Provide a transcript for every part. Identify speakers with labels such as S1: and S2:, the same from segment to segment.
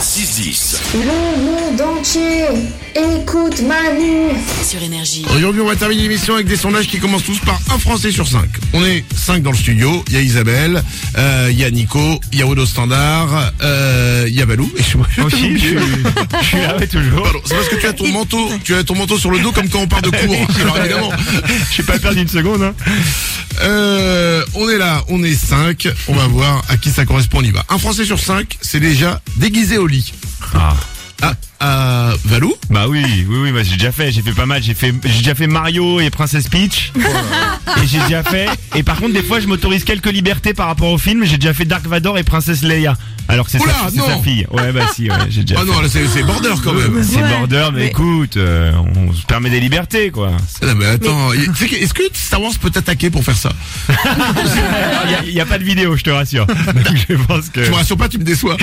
S1: 6-10.
S2: Le monde entier écoute Manu.
S3: sur énergie.
S1: Aujourd'hui, on va terminer l'émission avec des sondages qui commencent tous par un Français sur cinq. On est cinq dans le studio. Il y a Isabelle, euh, il y a Nico, il y a Odo Standard, euh, il y a Balou. Et je-
S4: Moi aussi, je, je suis là, Ah ouais, toujours.
S1: Pardon, c'est parce que tu as ton manteau, tu as ton manteau sur le dos comme quand on part
S4: Ah
S1: de cours. Alors évidemment,
S4: Je vais pas perdre une seconde. Hein.
S1: Euh, on est là, on est 5. On va voir à qui ça correspond. On y va. Un Français sur 5, c'est déjà déguisé au lit.
S4: Ah.
S1: Ah, à Valou
S4: Bah oui, oui, oui, bah, j'ai déjà fait, j'ai fait pas mal, j'ai fait, j'ai déjà fait Mario et Princesse Peach. et j'ai déjà fait. Et par contre, des fois, je m'autorise quelques libertés par rapport au film. J'ai déjà fait Dark Vador et Princesse Leia. Alors que c'est
S1: Oula,
S4: sa, c'est
S1: non.
S4: sa fille. Ouais, bah si, ouais, j'ai déjà.
S1: Ah non, là, c'est c'est border quand même.
S4: C'est
S5: Ouais,
S4: border, mais,
S5: mais-
S4: écoute, euh, on se permet des libertés, quoi.
S1: Non, mais Eh ben, attends, y- c'est que- est-ce que Star Wars peut t'attaquer pour faire ça
S4: Il Ah, y a- il y, a pas de vidéo, je te rassure. Donc, je pense que.
S1: Tu me rassures pas, tu me déçois.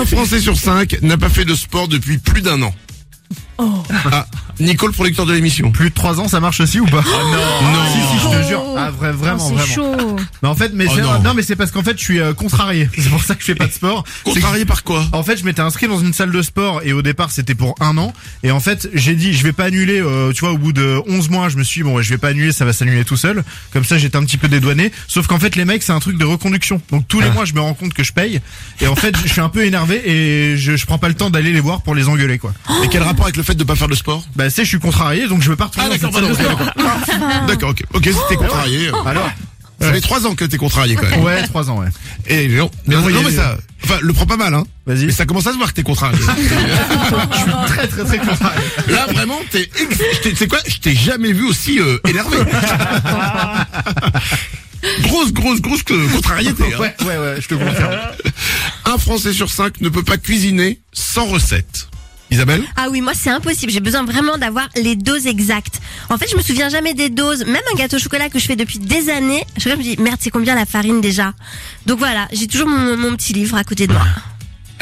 S1: un Français sur 5 n'a pas fait de sport depuis plus d'un an.
S6: Oh.
S1: Ah, Nico, le producteur de l'émission.
S6: plus de 3 ans, ça marche aussi ou pas Ah,
S4: non.
S1: Non.
S6: Si, si, je te jure.
S5: Oh.
S6: Ah, vrai,
S5: Non,
S6: vraiment,
S5: c'est
S6: vraiment.
S5: chaud.
S6: Mais en fait, mais
S1: Oh
S6: c'est-
S1: non.
S6: non. mais c'est parce qu'en fait, je suis euh, contrarié. C'est pour ça que je fais pas de sport. C'est que-
S1: Contrarié par quoi
S6: En fait, je m'étais inscrit dans une salle de sport et au départ, c'était pour un an. Et en fait, j'ai dit, je vais pas annuler. euh, tu vois, au bout de 11 mois, je me suis dit, bon, ouais, je vais pas annuler, ça va s'annuler tout seul. Comme ça, j'étais un petit peu dédouané. Sauf qu'en fait, les mecs, c'est un truc de reconduction. Donc tous les mois, je me rends compte que je paye. Et en fait, je suis un peu énervé et je, je prends pas le temps d'aller les voir pour les engueuler, quoi.
S1: Et quel rapport avec le fait de pas faire de sport
S6: Bah, c'est, je suis contrarié, donc je veux pas retourner
S1: Ah
S6: dans
S1: d'accord,
S6: cette
S1: pardon,
S6: salle de
S1: ok,
S6: sport.
S1: d'accord. D'accord, ok. Ok, c'était contrarié.
S6: Alors.
S1: Ça fait trois ans que t'es contrarié quand même.
S6: Ouais, 3 ans, ouais.
S1: Et non, mais,
S6: Mais
S1: non,
S6: oui,
S1: mais
S6: oui.
S1: ça, enfin, le prends pas mal, hein.
S6: Vas-y.
S1: Mais ça commence à se voir que t'es contrarié.
S6: Très, très, très content.
S1: Là, vraiment, t'es, ex- je t'ai- c'est quoi? Je t'ai jamais vu aussi euh, énervé. grosse, grosse, grosse que- contrariété. hein.
S6: Ouais, ouais, ouais, je te confirme.
S1: Un Français sur cinq ne peut pas cuisiner sans recette. Isabelle,
S7: Ah oui, moi c'est impossible. J'ai besoin vraiment d'avoir les doses exactes. En fait, je me souviens jamais des doses. Même un gâteau au chocolat que je fais depuis des années, je me dis merde, c'est combien la farine déjà Donc voilà, j'ai toujours mon, mon petit livre à côté de moi.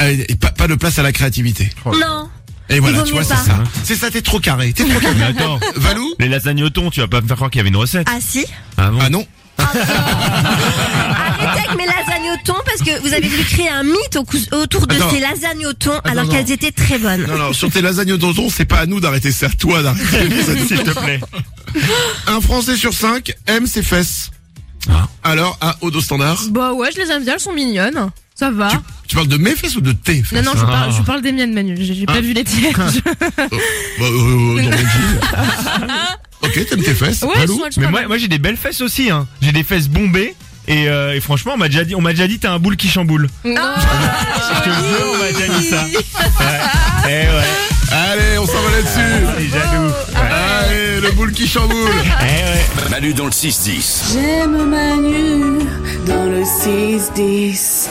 S1: Euh, et pas, pas de place à la créativité.
S7: Non.
S1: Et voilà,
S7: vaut
S1: tu
S7: mieux
S1: vois, c'est
S7: pas.
S1: ça. C'est ça, t'es trop carré. T'es trop carré.
S4: Mais attends,
S1: Valou
S4: les lasagnes au thon, tu vas pas me faire croire qu'il y avait une recette.
S7: Ah si
S4: Ah bon
S1: Ah non.
S7: Arrêtez avec mes lasagnes au thon parce que vous avez voulu créer un mythe au cous- autour de
S1: Attends.
S7: ces lasagnes au thon alors qu'elles étaient très bonnes.
S1: Non, non, sur tes lasagnes au tonton, c'est pas à nous d'arrêter, c'est à toi d'arrêter.
S4: Ah, S'il te plaît.
S1: Un Français sur cinq aime ses fesses.
S4: Ah.
S1: Alors, à Odo Standard,
S5: Bah ouais, je les aime bien, elles sont mignonnes. Ça va.
S1: tu, tu parles de mes fesses ou de tes fesses
S5: Ah. Non, non, je
S4: Ah.
S5: parle, je parle des miennes, Manu. J'ai j'ai pas vu les tiennes.
S1: Bah, euh, euh, dans mon jean. ok, t'aimes tes fesses.
S5: Ouais, elles
S1: Valou
S5: sont, elles sont
S4: Mais
S5: pas
S7: Ah,
S4: moi,
S5: mal.
S4: moi j'ai des belles fesses aussi, hein. J'ai des fesses bombées. Et, euh, et franchement, on m'a déjà dit, on m'a déjà dit, t'as un boule qui chamboule. Je te jure, on m'a déjà dit ça. Ouais. Eh ouais,
S1: Allez, on s'en va là-dessus.
S4: t'es jaloux.
S5: Ah,
S4: Ouais.
S1: Allez, le boule qui chamboule.
S4: Eh ouais.
S1: Manu dans le 6-10.
S8: J'aime Manu dans le 6-10.